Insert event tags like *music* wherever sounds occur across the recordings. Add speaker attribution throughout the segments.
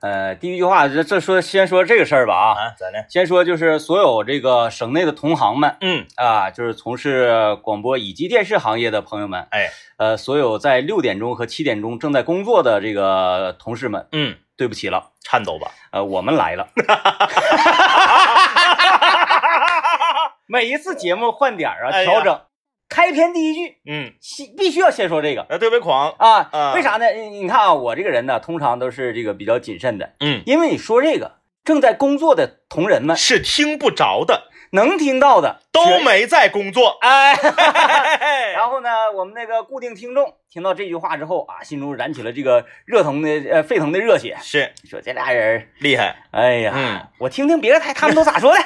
Speaker 1: 呃，第一句话这这说先说这个事儿吧啊，
Speaker 2: 啊，咋的？
Speaker 1: 先说就是所有这个省内的同行们
Speaker 2: 嗯，
Speaker 1: 啊，就是从事广播以及电视行业的朋友们，
Speaker 2: 哎，
Speaker 1: 呃，所有在六点钟和七点钟正在工作的这个同事们，
Speaker 2: 嗯，
Speaker 1: 对不起了，
Speaker 2: 颤抖吧。
Speaker 1: 呃，我们来了。每一次节目换点儿
Speaker 2: 哎
Speaker 1: 啊，
Speaker 2: 呀
Speaker 1: 调整，开篇第一句
Speaker 2: 嗯，
Speaker 1: 先必须要先说这个
Speaker 2: 呃，特别狂。
Speaker 1: 啊
Speaker 2: 啊，
Speaker 1: 为啥呢？你你看啊，我这个人呢，通常都是这个比较谨慎的，
Speaker 2: 嗯，
Speaker 1: 因为你说这个，正在工作的同仁们
Speaker 2: 是听不着的，
Speaker 1: 能听到的
Speaker 2: 都
Speaker 1: 绝
Speaker 2: 没在工作。
Speaker 1: 哎。
Speaker 2: 哎
Speaker 1: *laughs* 然后呢，我们那个固定听众听到这句话之后啊，心中燃起了这个热腾的呃沸腾的热血，
Speaker 2: 是
Speaker 1: 说这俩人，*laughs*
Speaker 2: 厉害。
Speaker 1: 哎呀，
Speaker 2: 嗯
Speaker 1: 我听听别的台他们都咋
Speaker 2: *laughs*
Speaker 1: 说的，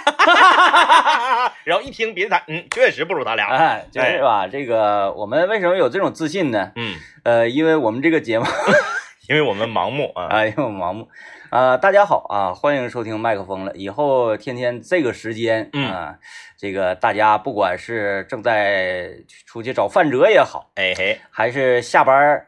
Speaker 2: 然后一听别的台，嗯，确实不如他俩。
Speaker 1: 哎，就是吧？这个我们为什么有这种自信呢？
Speaker 2: 嗯，
Speaker 1: 呃，因为我们这个节目， *laughs*
Speaker 2: 因为我们盲目啊。
Speaker 1: 哎呦盲目，啊，大家好啊，欢迎收听麦克风了。以后天天这个时间，
Speaker 2: 嗯
Speaker 1: 啊这个大家不管是正在出去找饭辙也好，
Speaker 2: 哎嘿，
Speaker 1: 还是下班儿，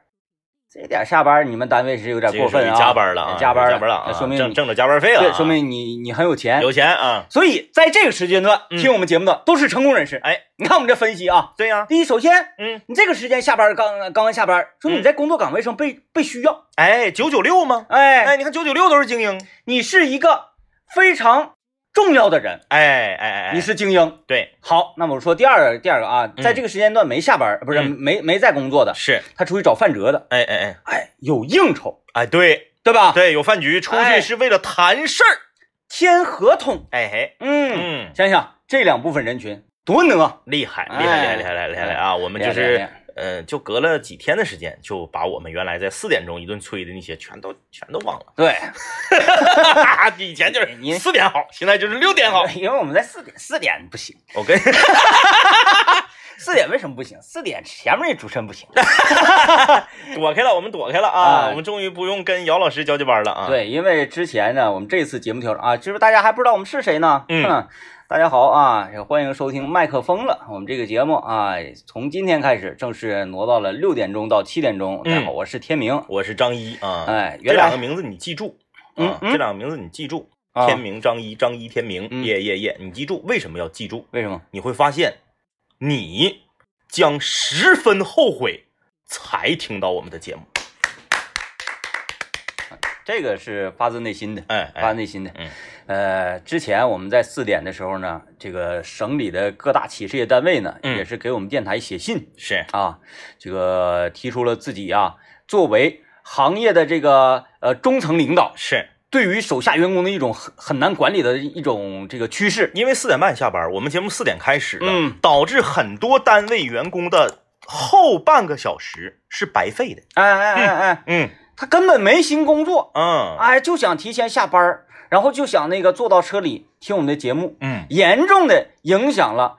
Speaker 1: 这点下班儿你们单位是有点过分啊，
Speaker 2: 这属于加班了啊，
Speaker 1: 加班儿
Speaker 2: 加班了啊，
Speaker 1: 那说明
Speaker 2: 挣
Speaker 1: 你
Speaker 2: 挣着加班费了啊，
Speaker 1: 对，说明你你很有钱。
Speaker 2: 有钱啊。
Speaker 1: 所以在这个时间段
Speaker 2: 嗯
Speaker 1: 听我们节目的都是成功人士。
Speaker 2: 哎，
Speaker 1: 你看我们这分析啊，
Speaker 2: 对呀，
Speaker 1: 第一，首先
Speaker 2: 嗯，
Speaker 1: 你这个时间下班刚刚刚下班，说明你在工作岗位上被被需要。
Speaker 2: 哎，九九六吗？
Speaker 1: 哎，
Speaker 2: 哎，你看九九六都是精英。
Speaker 1: 你是一个非常重要的人，
Speaker 2: 哎哎哎，哎
Speaker 1: 你是精英。
Speaker 2: 对，
Speaker 1: 好，那么我说第二个第二个啊，
Speaker 2: 嗯
Speaker 1: 在这个时间段没下班，不是
Speaker 2: 嗯
Speaker 1: 没没在工作的，
Speaker 2: 是，
Speaker 1: 他出去找饭辙的，
Speaker 2: 哎哎哎
Speaker 1: 哎，有应酬，
Speaker 2: 哎，对
Speaker 1: 对吧？
Speaker 2: *laughs* 对，有饭局，出去
Speaker 1: 哎
Speaker 2: 是为了谈事儿。
Speaker 1: 签合同，
Speaker 2: 哎嘿，
Speaker 1: 嗯，
Speaker 2: 嗯，
Speaker 1: 想想这两部分人群多呢，
Speaker 2: 厉害，厉
Speaker 1: 哎
Speaker 2: 害，厉害，厉害，厉害啊！我们就
Speaker 1: 厉害厉
Speaker 2: 是
Speaker 1: 害，
Speaker 2: 呃，就隔了几天的时间，就把我们原来在四点钟一顿催的那些，全都全都 *laughs* 忘了。
Speaker 1: *laughs*
Speaker 2: 哎
Speaker 1: 对，
Speaker 2: 以前就
Speaker 1: 你
Speaker 2: 是四点 *laughs* 好，现在就是六点好。
Speaker 1: 因为我们在四点，四点不行，
Speaker 2: 我跟
Speaker 1: 四点为什么不行？四点前面这主持人不行，
Speaker 2: 躲开了， *laughs* 我们躲开了
Speaker 1: 哎
Speaker 2: 啊，我们终于不用跟姚老师交接班了啊。，
Speaker 1: 对，因为之前呢，我们这次节目调整啊，就是大家还不知道我们是谁呢。
Speaker 2: 嗯
Speaker 1: 大家好啊，也欢迎收听麦克风了。我们这个节目啊，从今天开始正式挪到了六点钟到七点钟。
Speaker 2: 嗯
Speaker 1: 大家好，我是天明。
Speaker 2: 我是张一啊，
Speaker 1: 哎，
Speaker 2: 这
Speaker 1: 原
Speaker 2: 两个
Speaker 1: 来
Speaker 2: 名字你记住
Speaker 1: 嗯
Speaker 2: 啊，
Speaker 1: 嗯
Speaker 2: 这两个名字你记住，
Speaker 1: 啊
Speaker 2: 天明张一，张一天明，
Speaker 1: 嗯
Speaker 2: 耶耶耶，你记住，为什么要记住？
Speaker 1: 为什么？
Speaker 2: 你会发现，你将十分后悔才听到我们的节目。
Speaker 1: 这个是发自内心的，
Speaker 2: 哎
Speaker 1: 发
Speaker 2: 哎，
Speaker 1: 自内心的。
Speaker 2: 嗯
Speaker 1: 呃，之前我们在四点的时候呢，这个省里的各大企事业单位呢，
Speaker 2: 嗯
Speaker 1: 也是给我们电台写信
Speaker 2: 是，
Speaker 1: 啊，这个提出了自己啊，作为行业的这个呃中层领导。
Speaker 2: 是
Speaker 1: 对于手下员工的一种很很难管理的一种这个趋势。
Speaker 2: 因为四点半下班，我们节目四点开始的，
Speaker 1: 嗯
Speaker 2: 导致很多单位员工的后半个小时是白费的。
Speaker 1: 哎哎哎哎，
Speaker 2: 嗯
Speaker 1: 他根本没心工作，
Speaker 2: 嗯
Speaker 1: 哎，就想提前下班儿，然后就想那个坐到车里听我们的节目，
Speaker 2: 嗯，
Speaker 1: 严重的影响了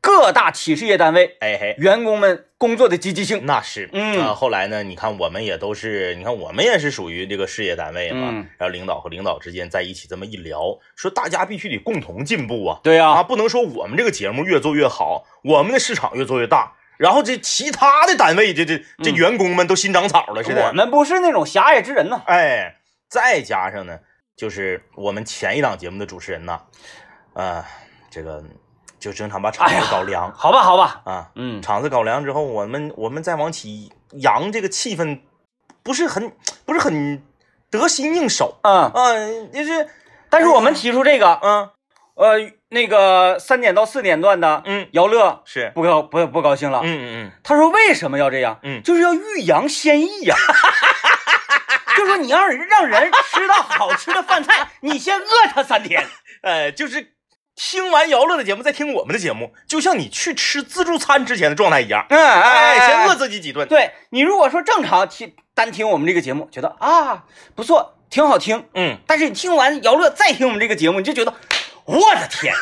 Speaker 1: 各大企事业单位
Speaker 2: 哎嘿。
Speaker 1: 员工们工作的积极性。
Speaker 2: 那是，
Speaker 1: 嗯
Speaker 2: 啊后来呢？你看，我们也都是，你看，我们也是属于这个事业单位嘛。
Speaker 1: 嗯
Speaker 2: 然后领导和领导之间在一起这么一聊，说大家必须得共同进步啊。
Speaker 1: 对呀、
Speaker 2: 啊，不能说我们这个节目越做越好，我们的市场越做越大，然后这其他的单位这这这
Speaker 1: 嗯
Speaker 2: 员工们都新长草了似的。
Speaker 1: 我们不是那种狭隘之人呐。
Speaker 2: 哎，再加上呢，就是我们前一档节目的主持人呐，呃，这个就经常把场
Speaker 1: 哎呀
Speaker 2: 子搞凉、
Speaker 1: 好吧，好吧，
Speaker 2: 啊，
Speaker 1: 嗯，
Speaker 2: 场子搞凉之后，我们我们再往起扬这个气氛，不是很不是很得心应手
Speaker 1: 嗯，
Speaker 2: 啊，就是
Speaker 1: 但是我们提出这个，
Speaker 2: 嗯
Speaker 1: 呃，那个三点到四点段的
Speaker 2: 嗯
Speaker 1: 姚乐
Speaker 2: 是
Speaker 1: 不高不不高兴了，
Speaker 2: 嗯嗯
Speaker 1: 他说为什么要这样？
Speaker 2: 嗯
Speaker 1: 就是要欲扬先抑 *laughs* 呀、就说你让人让人吃到好吃的饭 *laughs* 菜，你先饿他三天。
Speaker 2: 嗯，呃，就是。听完姚乐的节目，再听我们的节目，就像你去吃自助餐之前的状态一样。
Speaker 1: 嗯，哎
Speaker 2: 哎，先饿
Speaker 1: 死。
Speaker 2: 自己几顿。
Speaker 1: 对你如果说正常听单听我们这个节目，觉得啊不错，挺好听，
Speaker 2: 嗯，
Speaker 1: *laughs* 但是你听完姚乐再听我们这个节目，你就觉得
Speaker 2: 我的天，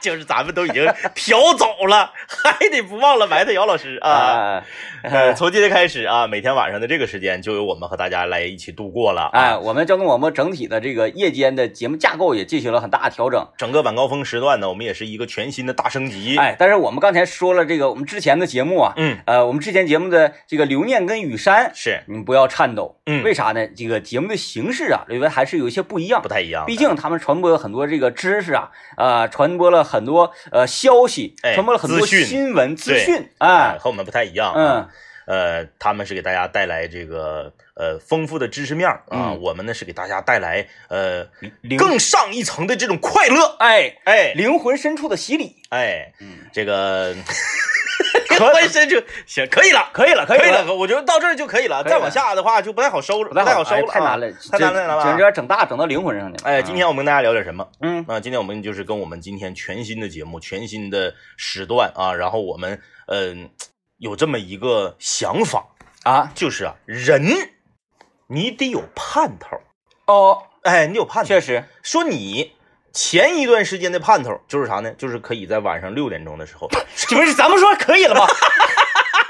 Speaker 2: 就是咱们都已经调走了， *laughs* 还得不忘了埋汰姚老师
Speaker 1: *laughs*
Speaker 2: 啊。
Speaker 1: 啊，
Speaker 2: 呃，从今天开始啊，每天晚上的这个时间就由我们和大家来一起度过了。啊
Speaker 1: 哎，，我们交通广播整体的这个夜间的节目架构也进行了很大的调整。
Speaker 2: 整个晚高峰时段呢，我们也是一个全新的大升级。
Speaker 1: 哎，但是我们刚才说了这个我们之前的节目啊，
Speaker 2: 嗯，
Speaker 1: 呃，我们之前节目的这个留念跟雨山，
Speaker 2: 是，
Speaker 1: 你不要颤抖，
Speaker 2: 嗯
Speaker 1: 为啥呢？这个节目的形式啊，刘文还是有一些不一样
Speaker 2: 不。太一样的。
Speaker 1: 毕竟他们传播了很多这个知识啊，啊、传播了很多呃消息，
Speaker 2: 哎
Speaker 1: 传播了很多
Speaker 2: 资讯
Speaker 1: 新闻资
Speaker 2: 对
Speaker 1: 讯，
Speaker 2: 哎，
Speaker 1: 哎，
Speaker 2: 和我们不太一样。
Speaker 1: 嗯，
Speaker 2: 呃，他们是给大家带来这个呃丰富的知识面儿啊，
Speaker 1: 嗯
Speaker 2: 我们呢是给大家带来呃
Speaker 1: 灵
Speaker 2: 更上一层的这种快乐。
Speaker 1: 哎，
Speaker 2: 哎
Speaker 1: 灵魂深处的洗礼，
Speaker 2: 哎，
Speaker 1: 嗯，*laughs*
Speaker 2: 这个可以伸出 *laughs* 行，可以了，
Speaker 1: 可以了，可
Speaker 2: 可
Speaker 1: 以
Speaker 2: 以
Speaker 1: 了，
Speaker 2: 了，我觉得到这儿就可以了。
Speaker 1: 可以
Speaker 2: 再
Speaker 1: 了
Speaker 2: 往下的话就不太好收了，
Speaker 1: 不
Speaker 2: 不太好收
Speaker 1: 哎
Speaker 2: 了，
Speaker 1: 太难
Speaker 2: 了。
Speaker 1: 了，
Speaker 2: 太难了吧
Speaker 1: 整有点整大，整到灵魂上去了。
Speaker 2: 哎，今天我们跟大家聊点什么？
Speaker 1: 嗯，
Speaker 2: 啊，今天我们就是跟我们今天全新的节目、全新的时段啊，然后我们嗯、有这么一个想法，
Speaker 1: 嗯啊，
Speaker 2: 就是啊，人你得有盼头儿，
Speaker 1: 哦，
Speaker 2: 哎，你有盼头
Speaker 1: 确
Speaker 2: 儿。
Speaker 1: 实，
Speaker 2: 说你前一段时间的盼头儿就是啥呢？就是可以在晚上六点钟
Speaker 1: *laughs*
Speaker 2: 的时候，
Speaker 1: 这不是咱们说可以了 *laughs* 吗？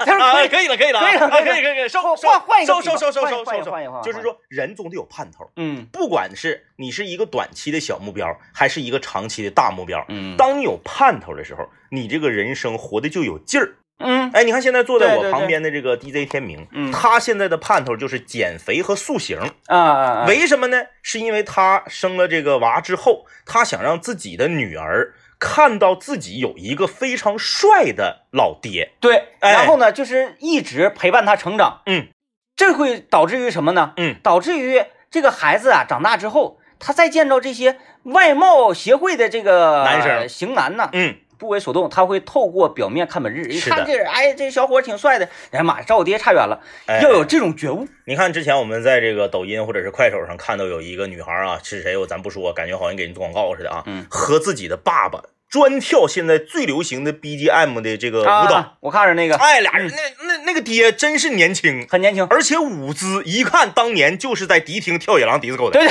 Speaker 1: 他说可以，
Speaker 2: 可以了，可以了
Speaker 1: 可以了
Speaker 2: 啊
Speaker 1: 可以了
Speaker 2: 可以，可以，可以，收
Speaker 1: 换
Speaker 2: 收
Speaker 1: 换一个
Speaker 2: 收
Speaker 1: 地方
Speaker 2: 收收收
Speaker 1: 换一
Speaker 2: 收
Speaker 1: 换一
Speaker 2: 收
Speaker 1: 换一换
Speaker 2: 收，
Speaker 1: 一
Speaker 2: 就是说人总得有盼头儿。
Speaker 1: 嗯
Speaker 2: 不管是你是一个短期的小目标，还是一个长期的大目标，
Speaker 1: 嗯
Speaker 2: 当你有盼头的时候，你这个人生活的就有劲儿。
Speaker 1: 嗯，
Speaker 2: 哎，你看现在坐在
Speaker 1: 对对
Speaker 2: 我
Speaker 1: 对
Speaker 2: 旁边的这个 DJ 天明，
Speaker 1: 嗯
Speaker 2: 他现在的盼头就是减肥和塑形。
Speaker 1: 啊啊啊，
Speaker 2: 为什么呢？是因为他生了这个娃之后，他想让自己的女儿看到自己有一个非常帅的老爹。
Speaker 1: 对，
Speaker 2: 哎
Speaker 1: 然后呢，就是一直陪伴他成长，
Speaker 2: 嗯，
Speaker 1: 这会导致于什么呢？
Speaker 2: 嗯，
Speaker 1: 导致于这个孩子啊，长大之后，他再见到这些外貌协会的这个
Speaker 2: 男生
Speaker 1: 呃型男呢，
Speaker 2: 嗯，
Speaker 1: 不为所动，他会透过表面看本质，一
Speaker 2: 是的
Speaker 1: 看这人，哎，这小伙儿挺帅的，哎呀妈呀，照我爹差远了，
Speaker 2: 哎
Speaker 1: 要有这种觉悟，
Speaker 2: 你看之前我们在这个抖音或者是快手上看到有一个女孩啊，是谁我咱不说，感觉好像给人做广告似的啊。
Speaker 1: 嗯，
Speaker 2: 和自己的爸爸专跳现在最流行的 BGM 的呃这个舞蹈，
Speaker 1: 啊，我看着那个
Speaker 2: 哎，俩人那那那个爹真是年轻，
Speaker 1: 很年轻，
Speaker 2: 而且舞姿一看当年就是在迪厅跳野狼迪斯科的。
Speaker 1: 对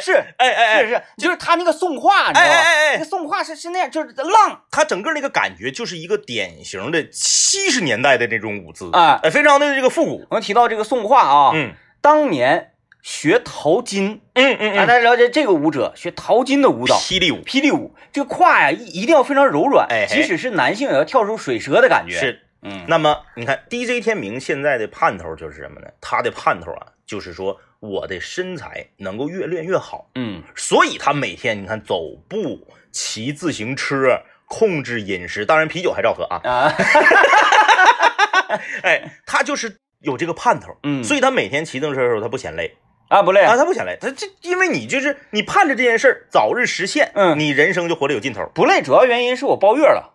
Speaker 1: 是。
Speaker 2: 哎哎哎
Speaker 1: 是，是，就是他那个送话，你知道
Speaker 2: 哎
Speaker 1: 吧？
Speaker 2: 哎哎哎
Speaker 1: 那送话是是那样，就是浪
Speaker 2: 他整个那个感觉就是一个典型的七十年代的那种舞姿，
Speaker 1: 啊。
Speaker 2: 哎，非常的这个复古。
Speaker 1: 我们提到这个送话啊，
Speaker 2: 嗯
Speaker 1: 当年学淘金，
Speaker 2: 嗯嗯
Speaker 1: 大
Speaker 2: 嗯，
Speaker 1: 家了解这个舞者学淘金的哎舞蹈，
Speaker 2: 霹雳舞
Speaker 1: 霹雳舞，这个胯呀一一定要非常柔软，
Speaker 2: 哎嘿
Speaker 1: 即使是男性也要跳出水蛇的感觉。，
Speaker 2: 是。
Speaker 1: 嗯，
Speaker 2: 那么你看，DJ 天明现在的盼头就是什么呢？他的盼头啊，就是说我的身材能够越练越好，
Speaker 1: 嗯，
Speaker 2: 所以他每天你看走步、骑自行车。控制饮食，当然啤酒还照喝啊！
Speaker 1: 啊，
Speaker 2: 哎，他就是有这个盼头，
Speaker 1: 嗯
Speaker 2: 所以他每天骑自行车的时候他不嫌累，
Speaker 1: 啊不累
Speaker 2: 啊，
Speaker 1: 啊，
Speaker 2: 他不想累，他这因为你就是你盼着这件事儿早日实现，
Speaker 1: 嗯
Speaker 2: 你人生就活得有尽头。
Speaker 1: 不累，主要原因是我包月
Speaker 2: *laughs*
Speaker 1: 了。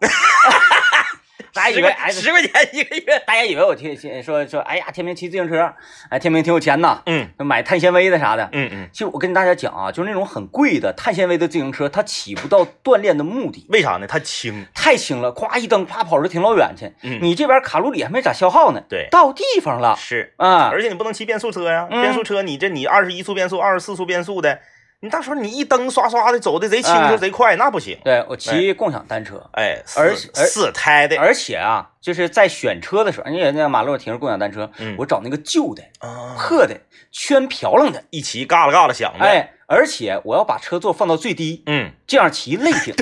Speaker 1: 大家以为哎，
Speaker 2: 十块钱一个月，
Speaker 1: 大家以为我天说说，哎呀，天明骑自行车，哎，天明挺有钱呐，
Speaker 2: 嗯
Speaker 1: 买碳纤维的啥的。
Speaker 2: 嗯嗯，
Speaker 1: 其实我跟大家讲啊，就是那种很贵的碳纤维的自行车，它起不到锻炼的目的。
Speaker 2: 为啥呢？它轻，
Speaker 1: 太轻了，夸一蹬，夸跑着挺老远去。
Speaker 2: 嗯
Speaker 1: 你这边卡路里还没咋消耗呢，
Speaker 2: 对
Speaker 1: 到地方了
Speaker 2: 是，
Speaker 1: 啊，
Speaker 2: 而且你不能骑变速车呀，
Speaker 1: 嗯
Speaker 2: 变速车你这你二十一速变速、二十四速变速的，你到时候你一蹬刷刷的走的贼轻
Speaker 1: 哎
Speaker 2: 就贼快，那不行。
Speaker 1: 对我骑共享单车，
Speaker 2: 哎，
Speaker 1: 而
Speaker 2: 四
Speaker 1: 而
Speaker 2: 四胎的，
Speaker 1: 而且啊，就是在选车的时候，人家那马路上停着共享单车，
Speaker 2: 嗯
Speaker 1: 我找那个旧的、
Speaker 2: 啊，
Speaker 1: 破的、圈瓢楞的，
Speaker 2: 一骑嘎啦嘎啦响的，
Speaker 1: 哎，而且我要把车座放到最低，
Speaker 2: 嗯，
Speaker 1: 这样骑累
Speaker 2: *laughs*
Speaker 1: 挺。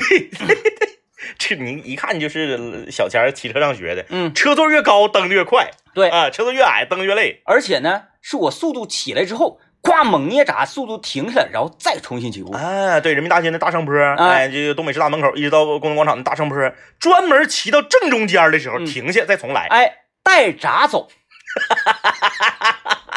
Speaker 2: 这你一看就是小钱儿骑车上学的，
Speaker 1: 嗯，
Speaker 2: 车座越高蹬的越快，
Speaker 1: 对
Speaker 2: 啊，车座越矮蹬得越累，
Speaker 1: 而且呢，是我速度起来之后，咵猛捏闸，速度停下来，然后再重新起步。
Speaker 2: 哎，对，人民大街那大上坡，哎，这个东北师大门口一直到工农广场的大上坡，专门骑到正中间的时候
Speaker 1: 嗯
Speaker 2: 停下再重来，
Speaker 1: 哎，带闸走，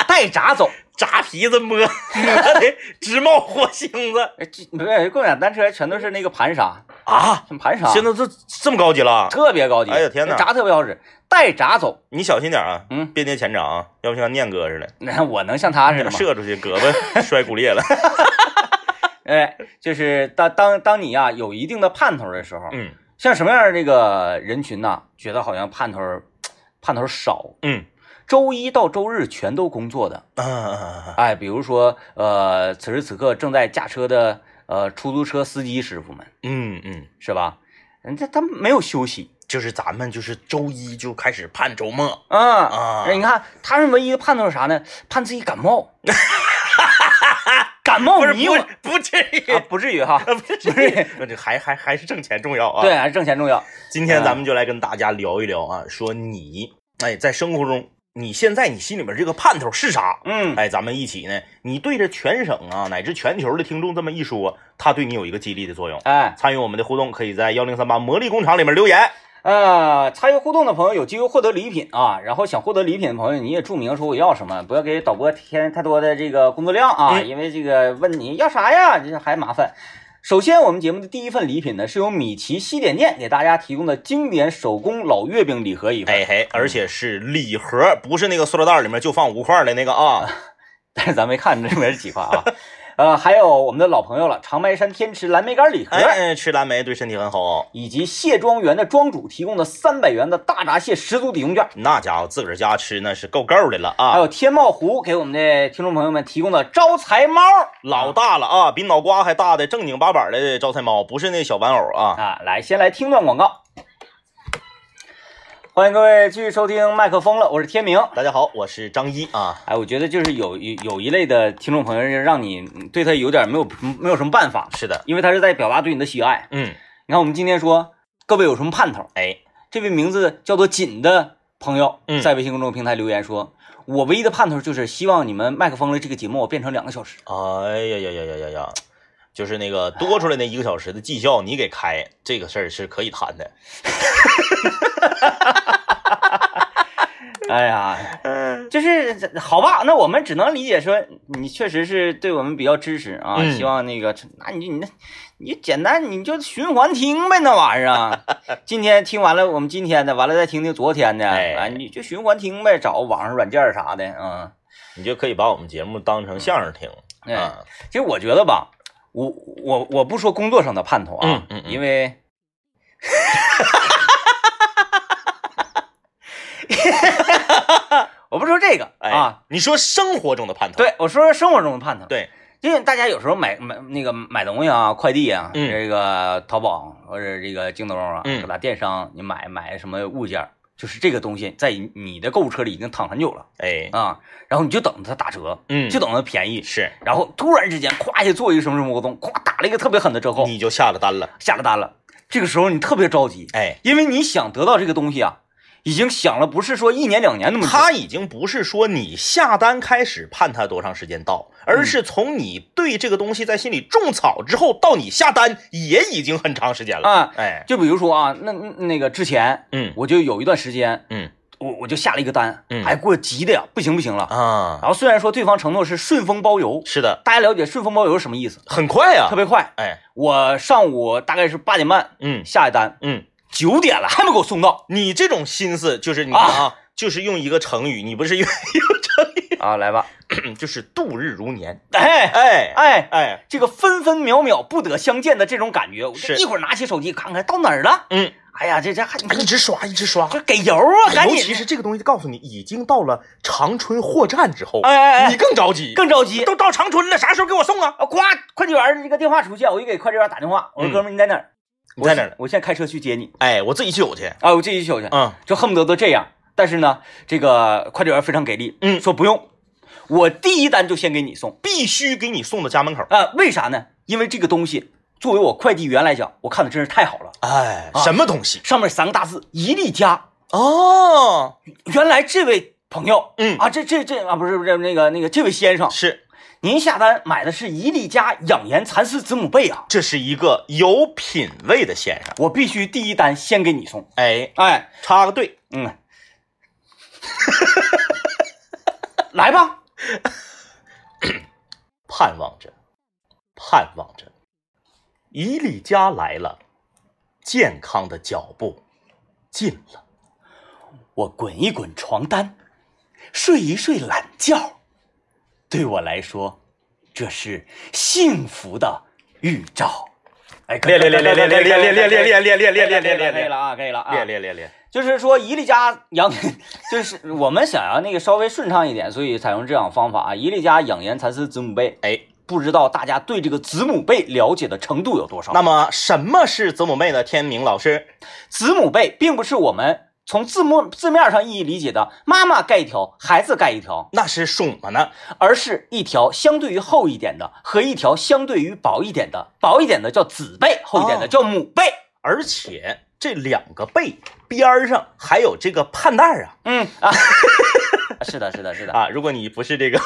Speaker 1: 带闸走。
Speaker 2: 扎皮子摸 *laughs* 摸的直冒火星子
Speaker 1: 哎，这不是共享单车，全都是那个盘刹，
Speaker 2: 啊！
Speaker 1: 什么盘刹，
Speaker 2: 现在这这么高级了，
Speaker 1: 特别高级。
Speaker 2: 哎呀天哪
Speaker 1: 闸特别好使，带闸走。
Speaker 2: 你小心点啊，
Speaker 1: 嗯
Speaker 2: 别捏前掌啊，要不像念哥似的，
Speaker 1: 那我能像他似的吗？
Speaker 2: 射出去胳膊摔骨裂了。
Speaker 1: 哎，就是当当当你呀、有一定的盼头的时候，
Speaker 2: 嗯
Speaker 1: 像什么样的这个人群呐、觉得好像盼头儿盼头儿少，
Speaker 2: 嗯
Speaker 1: 周一到周日全都工作的，
Speaker 2: 啊啊啊啊
Speaker 1: 哎，比如说呃，此时此刻正在驾车的。呃出租车司机师傅们，
Speaker 2: 嗯嗯，
Speaker 1: 是吧？人家他们没有休息
Speaker 2: 就是咱们就是周一就开始盼周末
Speaker 1: 啊。
Speaker 2: 啊，
Speaker 1: 哎你看他们唯一的盼头是啥呢？盼自己感冒，
Speaker 2: *laughs*
Speaker 1: 感冒
Speaker 2: 不是
Speaker 1: 你我
Speaker 2: 不是不至于
Speaker 1: 啊，不至于哈。
Speaker 2: 啊，不至于，那这还还还是挣钱重要啊。
Speaker 1: 对，，还是挣钱重要。
Speaker 2: 今天咱们就来跟大家聊一聊啊，说你哎在生活中，你现在你心里面这个盼头是啥？
Speaker 1: 嗯，
Speaker 2: 哎，咱们一起呢，你对着全省啊乃至全球的听众这么一说，它对你有一个激励的作用。
Speaker 1: 哎，
Speaker 2: 参与我们的互动，可以在幺零三八魔力工厂里面留言。
Speaker 1: 呃，参与互动的朋友有机会获得礼品啊，然后想获得礼品的朋友，你也注明说我要什么，不要给导播添太多的这个工作量啊，
Speaker 2: 嗯
Speaker 1: 因为这个问你要啥呀，这还麻烦。首先，我们节目的第一份礼品呢，是由米奇西点店给大家提供的经典手工老月饼礼盒一份。
Speaker 2: 哎嘿，而且是礼盒，不是那个塑料袋里面就放五块的那个啊。
Speaker 1: 但是咱没看这里面是几块啊。呃，还有我们的老朋友了，长白山天池蓝莓干礼盒，
Speaker 2: 哎，哎吃蓝莓对身体很好哦。
Speaker 1: 以及蟹庄园的庄主提供的三百元的大闸蟹十足抵用券。
Speaker 2: 那家伙自个儿家吃那是够够的了啊
Speaker 1: 还，有天茂湖给我们的听众朋友们提供的招财猫
Speaker 2: 老大了啊，比脑瓜还大的正经八板的招财猫，不是那小玩偶啊。
Speaker 1: 啊，来，先来听段广告。欢迎各位继续收听麦克风了，我是天明。
Speaker 2: 大家好，我是张一啊。
Speaker 1: 哎，我觉得就是有有有一类的听众朋友，让你对他有点没有没有什么办法，
Speaker 2: 是的，
Speaker 1: 因为他是在表达对你的喜爱。
Speaker 2: 嗯，
Speaker 1: 你看，我们今天说各位有什么盼头？
Speaker 2: 哎，
Speaker 1: 这位名字叫做锦的朋友
Speaker 2: 嗯
Speaker 1: 在微信公众平台留言说：“我唯一的盼头就是希望你们麦克风的这个节目我变成两个小时。
Speaker 2: 哎呀呀呀呀呀呀，就是那个多出来那一个小时的绩效，你给开这个事儿是可以谈的。”
Speaker 1: 哎呀，
Speaker 2: 嗯
Speaker 1: 就是好吧，那我们只能理解说你确实是对我们比较支持啊，
Speaker 2: 嗯
Speaker 1: 希望那个，那你就你那，你就简单你就循环听呗，那玩意儿
Speaker 2: *laughs*
Speaker 1: 啊。今天听完了我们今天的，完了再听听昨天的，
Speaker 2: 哎
Speaker 1: 啊，你就循环听呗，找网上软件儿啥的啊。
Speaker 2: 你就可以把我们节目当成相声听
Speaker 1: 对
Speaker 2: 啊。
Speaker 1: 哎其实我觉得吧，我我我不说工作上的盼头啊，
Speaker 2: 嗯嗯嗯
Speaker 1: 因
Speaker 2: *laughs*
Speaker 1: 为。 *laughs* 我不说这个
Speaker 2: 哎，
Speaker 1: 啊，
Speaker 2: 你说生活中的盼头，
Speaker 1: 对我说说生活中的盼头，
Speaker 2: 对，
Speaker 1: 因为大家有时候买买那个买东西啊，快递啊，
Speaker 2: 嗯
Speaker 1: 这个淘宝啊或者这个京东啊，
Speaker 2: 嗯
Speaker 1: 各大电商，你买买什么物件儿，就是这个东西在你的购物车里已经躺很久了
Speaker 2: 哎，
Speaker 1: 啊，然后你就等它打折，
Speaker 2: 嗯，
Speaker 1: 就等它便宜，
Speaker 2: 是
Speaker 1: 然后突然之间咵一下做一个什么什么活动，咵打了一个特别狠的折扣，
Speaker 2: 你就下了单了，
Speaker 1: 下了单了。这个时候你特别着急，
Speaker 2: 哎。
Speaker 1: 因为你想得到这个东西啊，已经想了不是说一年两年那么久，
Speaker 2: 他已经不是说你下单开始盼他多长时间到，而
Speaker 1: 嗯
Speaker 2: 是从你对这个东西在心里种草之后到你下单也已经很长时间了。
Speaker 1: 啊，
Speaker 2: 哎，
Speaker 1: 就比如说啊，那那那个之前
Speaker 2: 嗯
Speaker 1: 我就有一段时间，
Speaker 2: 嗯
Speaker 1: 我我就下了一个单，
Speaker 2: 嗯
Speaker 1: 哎，给我急的呀，不行不行了。
Speaker 2: 啊，
Speaker 1: 然后虽然说对方承诺是顺丰包邮，
Speaker 2: 是的，
Speaker 1: 大家了解顺丰包邮是什么意思？
Speaker 2: 很快啊
Speaker 1: 特。别快，
Speaker 2: 哎，
Speaker 1: 我上午大概是八点半
Speaker 2: 嗯
Speaker 1: 下一单，
Speaker 2: 嗯，
Speaker 1: 九点了还没给我送
Speaker 2: *laughs*
Speaker 1: 到
Speaker 2: 你这种心思就是你看啊，就是用一个成语，你不是用 *laughs*
Speaker 1: 啊，来吧，
Speaker 2: 就是度日如年。
Speaker 1: 哎
Speaker 2: 哎
Speaker 1: 哎，
Speaker 2: 哎，
Speaker 1: 这个分分秒秒不得相见的这种感觉，我就是一会儿拿起手机看看到哪儿了，
Speaker 2: 嗯，
Speaker 1: 哎呀，这这还你
Speaker 2: 哎一直刷一直刷。哎
Speaker 1: 这给油啊，赶
Speaker 2: 尤
Speaker 1: 紧，
Speaker 2: 其是这个东西告诉你，已经到了长春货站之后，
Speaker 1: 哎哎哎
Speaker 2: 你更着急，
Speaker 1: 更着急，
Speaker 2: 都到长春了，啥时候给我送啊？
Speaker 1: 啊，呱，快递员儿这个电话出现，啊我就给快递员儿打电话，我说
Speaker 2: 嗯
Speaker 1: 哥们儿你在哪儿？
Speaker 2: 你在哪儿呢
Speaker 1: 我现在开车去接你。
Speaker 2: 哎，我自己酒去。
Speaker 1: 啊，我这一宿去，
Speaker 2: 嗯，
Speaker 1: 就恨不得都这样。但是呢，这个快递员儿非常给力，
Speaker 2: 嗯
Speaker 1: 说不用，我第一单就先给你送。
Speaker 2: 必须给你送到家门口。
Speaker 1: 啊、为啥呢？因为这个东西作为我快递员来讲，我看的真是太好了。
Speaker 2: 哎，什么东西？
Speaker 1: 上面三个大字“一粒佳
Speaker 2: 哦，”，
Speaker 1: 原来这位朋友，
Speaker 2: 嗯
Speaker 1: 啊，这这这啊，不是不是那个那个这位先生，
Speaker 2: 是，
Speaker 1: 您下单买的是一粒佳养颜蚕丝子母被啊，
Speaker 2: 这是一个有品位的先生。
Speaker 1: 我必须第一单先给你送。
Speaker 2: 哎，
Speaker 1: 哎，
Speaker 2: 插个队，
Speaker 1: 嗯， *laughs* 来吧，
Speaker 2: 盼望着，盼望着，伊利家来了，健康的脚步近了。
Speaker 1: 我滚一滚床单，睡一睡懒觉，对我来说，这是幸福的预兆。哎，可以了，
Speaker 2: 练练
Speaker 1: 可以了啊，可以了啊，
Speaker 2: 练练练练，
Speaker 1: 就是说伊利家养， *laughs* 就是我们想要那个稍微顺畅一点，所以采用这样方法啊，伊利家养颜蚕丝子母被。
Speaker 2: 哎，
Speaker 1: 不知道大家对这个子母贝了解的程度有多少？
Speaker 2: 那么什么是子母贝呢？天明老师，
Speaker 1: 子母贝并不是我们从字幕字面上意义理解的妈妈盖一条，孩子盖一条，
Speaker 2: 那是什么呢？
Speaker 1: 而是一条相对于厚一点的和一条相对于薄一点的，薄一点的叫子贝，厚一点的
Speaker 2: 哦
Speaker 1: 叫母贝。
Speaker 2: 而且这两个贝边儿上还有这个盼带儿啊
Speaker 1: 嗯啊， *laughs* 是的，是的，是的，
Speaker 2: 啊！如果你不是这个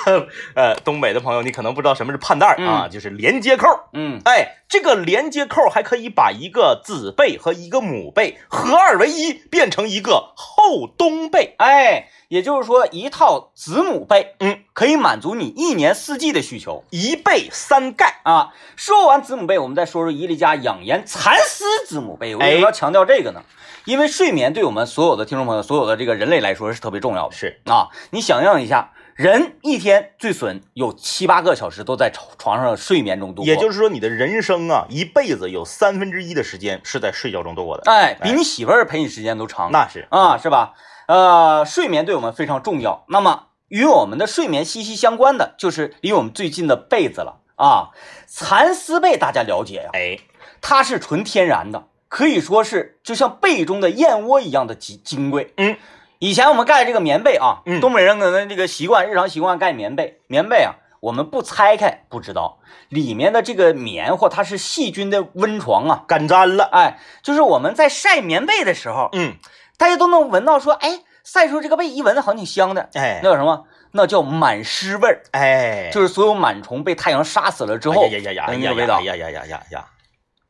Speaker 2: 呃东北的朋友，你可能不知道什么是盼带儿啊，就是连接扣。
Speaker 1: 嗯，
Speaker 2: 哎，这个连接扣还可以把一个子贝和一个母贝合二为一，变成一个后东贝。
Speaker 1: 哎，也就是说，一套子母贝，
Speaker 2: 嗯，
Speaker 1: 可以满足你一年四季的需求。
Speaker 2: 一贝三盖，
Speaker 1: 啊，说完子母被，我们再说说伊利家养颜蚕丝子母被。为
Speaker 2: 哎
Speaker 1: 什么要强调这个呢？因为睡眠对我们所有的听众朋友、所有的这个人类来说是特别重要的。
Speaker 2: 是
Speaker 1: 啊，你想象一下，人一天最损有七八个小时都在床床上睡眠中度过，
Speaker 2: 也就是说你的人生啊，一辈子有三分之一的时间是在睡觉中度过的。
Speaker 1: 哎，比你媳妇儿陪你时间都长。
Speaker 2: 那是，
Speaker 1: 啊，是吧？呃，睡眠对我们非常重要。那么与我们的睡眠息息相关的，就是离我们最近的被子了啊。蚕丝被大家了解呀、
Speaker 2: 哎，
Speaker 1: 它是纯天然的，可以说是就像被中的燕窝一样的金金贵。
Speaker 2: 嗯，
Speaker 1: 以前我们盖这个棉被啊，
Speaker 2: 嗯
Speaker 1: 东北人可能这个习惯，日常习惯盖棉被。棉被啊，我们不拆开不知道里面的这个棉花，它是细菌的温床啊。
Speaker 2: 干粘了。
Speaker 1: 哎，就是我们在晒棉被的时候，
Speaker 2: 嗯，
Speaker 1: 大家都能闻到说，哎，晒出这个被一闻好像挺香的，
Speaker 2: 哎
Speaker 1: 那，叫什么？那叫螨湿味儿，
Speaker 2: 哎，
Speaker 1: 就是所有螨虫被太阳杀死了之后，
Speaker 2: 哎呀呀呀
Speaker 1: 的那
Speaker 2: 呀
Speaker 1: 个味
Speaker 2: 呀
Speaker 1: 道。
Speaker 2: 呀呀呀呀呀！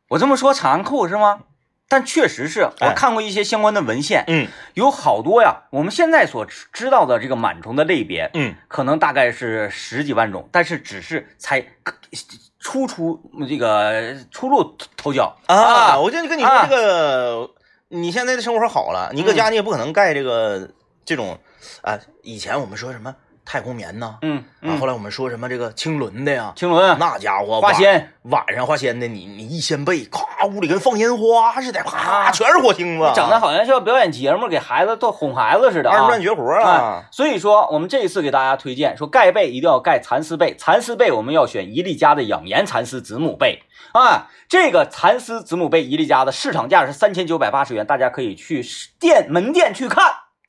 Speaker 1: 我这么说残酷是吗？但确实是
Speaker 2: 哎
Speaker 1: 我看过一些相关的文献，
Speaker 2: 嗯
Speaker 1: 有好多呀。我们现在所知知道的这个螨虫的类别，
Speaker 2: 嗯，
Speaker 1: 可能大概是十几万种，但是只是才初出这个初露头角
Speaker 2: 啊，我就跟你说
Speaker 1: 啊嗯
Speaker 2: 这个，你现在的生活好了，你搁家你也不可能盖这个这种啊。以前我们说什么太空棉呐，
Speaker 1: 嗯
Speaker 2: 啊，
Speaker 1: 嗯，
Speaker 2: 后来我们说什么这个青纶的呀，
Speaker 1: 青纶、
Speaker 2: 那家伙
Speaker 1: 花
Speaker 2: 晚
Speaker 1: 仙，
Speaker 2: 晚上花仙的，你你一掀被，咔，屋里跟放烟花似的，
Speaker 1: 啊
Speaker 2: 啪，全是火星子，
Speaker 1: 长得好像是要表演节目，给孩子都哄孩子似的
Speaker 2: 二
Speaker 1: 啊
Speaker 2: 人转绝活
Speaker 1: 哎
Speaker 2: 啊，，
Speaker 1: 所以说我们这一次给大家推荐，说盖被一定要盖蚕丝被，蚕丝被我们要选伊利家的养颜蚕丝子母被啊。这个蚕丝子母被伊利家的市场价是三千九百八十元，大家可以去店门店去看。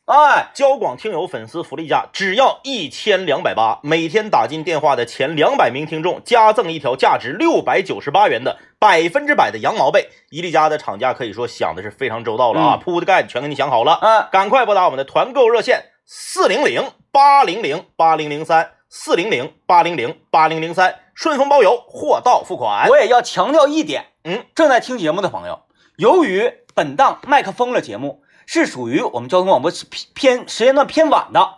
Speaker 1: 哎，
Speaker 2: 交广听友粉丝福利价，只要一千两百八，每天打进电话的前两百名听众加赠一条价值六百九十八元的百分之百的羊毛被。伊利家的厂家可以说想的是非常周到了啊，
Speaker 1: 嗯
Speaker 2: 铺的盖子全给你想好了，
Speaker 1: 啊，
Speaker 2: 赶快拨打我们的团购热线四零零八零零八零零三四零零八零零八零零三，顺丰包邮，货到付款。
Speaker 1: 我也要强调一点，
Speaker 2: 嗯，
Speaker 1: 正在听节目的朋友，嗯由于本档麦克风的节目是属于我们交通广播偏时间段偏晚的，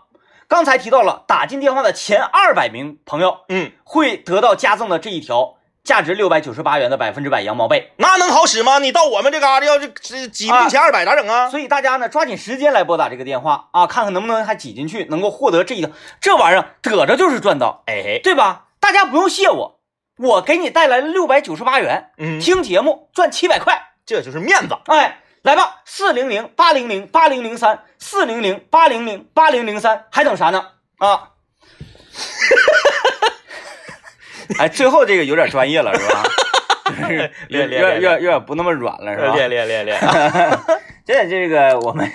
Speaker 1: 刚才提到了打进电话的前二百名朋友，
Speaker 2: 嗯，
Speaker 1: 会得到加赠的这一条价值六百九十八元的百分之百羊毛被。
Speaker 2: 那能好使吗？你到我们这嘎达要这这挤
Speaker 1: 啊
Speaker 2: 进前二百咋整啊？
Speaker 1: 所以大家呢，抓紧时间来拨打这个电话啊，看看能不能还挤进去，能够获得这一条。这玩意儿得着就是赚到，
Speaker 2: 哎，
Speaker 1: 对吧？大家不用谢我，我给你带来了六百九十八元，
Speaker 2: 嗯，
Speaker 1: 听节目赚七百块。
Speaker 2: 这就是
Speaker 1: *laughs*
Speaker 2: 面子。
Speaker 1: 哎，来吧，四零零八零零八零零三，四零零八零零八零零三，还等啥呢？啊！ *laughs* 哎，最后这个有点专业了，是 *laughs* 吧？有点
Speaker 2: 练练
Speaker 1: 有
Speaker 2: 练
Speaker 1: 点有点不那么软了，是吧？
Speaker 2: 练练练练。
Speaker 1: *laughs* 现在这个我们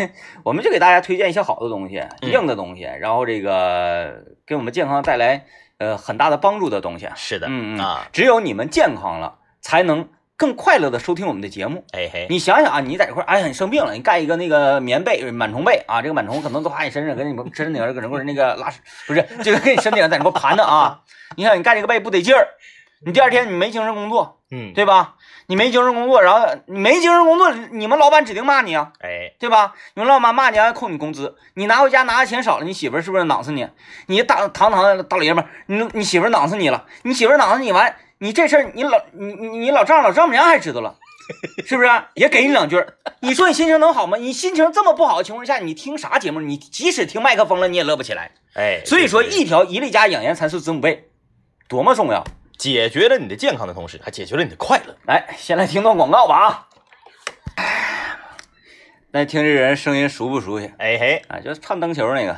Speaker 1: 我们就给大家推荐一些好的东西，硬的东西，然后这个给我们健康带来呃很大的帮助的东西。
Speaker 2: 是的，
Speaker 1: 嗯嗯
Speaker 2: 啊，
Speaker 1: 只有你们健康了，才能更快乐的收听我们的节目。
Speaker 2: 哎嘿，
Speaker 1: 你想想啊，你在这块儿，哎呀，你生病了，你盖一个那个棉被、螨虫被啊，这个螨虫可能都爬你身上，跟你身顶上搁那块儿那个拉屎，不是， *laughs* 就是跟你身体上在那块儿盘着啊。你想你盖这个被不得劲儿，你第二天你没精神工作，
Speaker 2: 嗯，
Speaker 1: 对吧？你没精神工作，然后你没精神工作，你们老板指定骂你啊。
Speaker 2: 哎，
Speaker 1: 对吧？你们老板骂你还扣你工资，你拿回家拿的钱少了，你媳妇儿是不是囊死你？你大堂堂的大老爷们儿，你你媳妇儿囊死你了，你媳妇儿囊死你完，你这事儿你老你你你老丈人老丈母娘还知道了，是不是？也给你两句儿，你说你心情能好吗？你心情这么不好的情况下，你听啥节目？你即使听麦克风了，你也乐不起来。
Speaker 2: 哎，
Speaker 1: 所以说，
Speaker 2: 对
Speaker 1: 一条一粒家养颜蚕丝子母被，多么重要！
Speaker 2: 解决了你的健康的同时，还解决了你的快乐。
Speaker 1: *sighs* 来，先来听段广告吧啊！那听这人声音熟不熟悉？
Speaker 2: 哎嘿，
Speaker 1: 啊，就是唱灯球那个，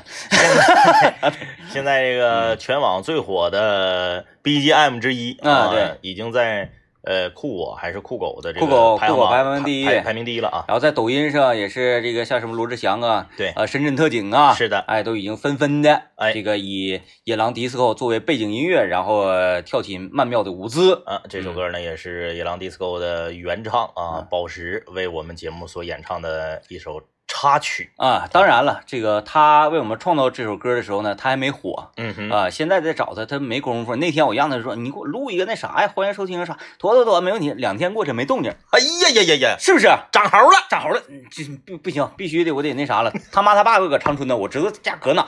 Speaker 2: 现在这个全网最火的 BGM 之一
Speaker 1: 嗯啊对，
Speaker 2: 已经在呃酷我还是酷狗的这
Speaker 1: 酷狗
Speaker 2: 个排行
Speaker 1: 酷
Speaker 2: 榜
Speaker 1: 狗排名第一
Speaker 2: 排排名第一了啊。
Speaker 1: 然后在抖音上也是这个像什么罗志祥啊，
Speaker 2: 对
Speaker 1: 啊，深圳特警啊，
Speaker 2: 是的
Speaker 1: 哎，都已经纷纷的，
Speaker 2: 哎
Speaker 1: 这个以野狼迪斯科作为背景音乐，然后呃跳起曼妙的舞姿，
Speaker 2: 啊，这首歌呢也是野狼 disco 的原唱啊
Speaker 1: 嗯，
Speaker 2: 宝石为我们节目所演唱的一首插曲。
Speaker 1: 啊，当然了，这个他为我们创造这首歌的时候呢，他还没火
Speaker 2: 嗯哼，
Speaker 1: 啊，现在再找他，他没工夫。那天我让他说，你给我录一个那啥呀，欢迎收听啊啥，妥妥妥，没问题。两天过去没动静，
Speaker 2: 哎呀呀呀呀，
Speaker 1: 是不是？
Speaker 2: 长猴了！
Speaker 1: 炸猴了，嗯这不不行，必须得我得那啥了。他妈他爸又搁长春呢，我知道家搁哪。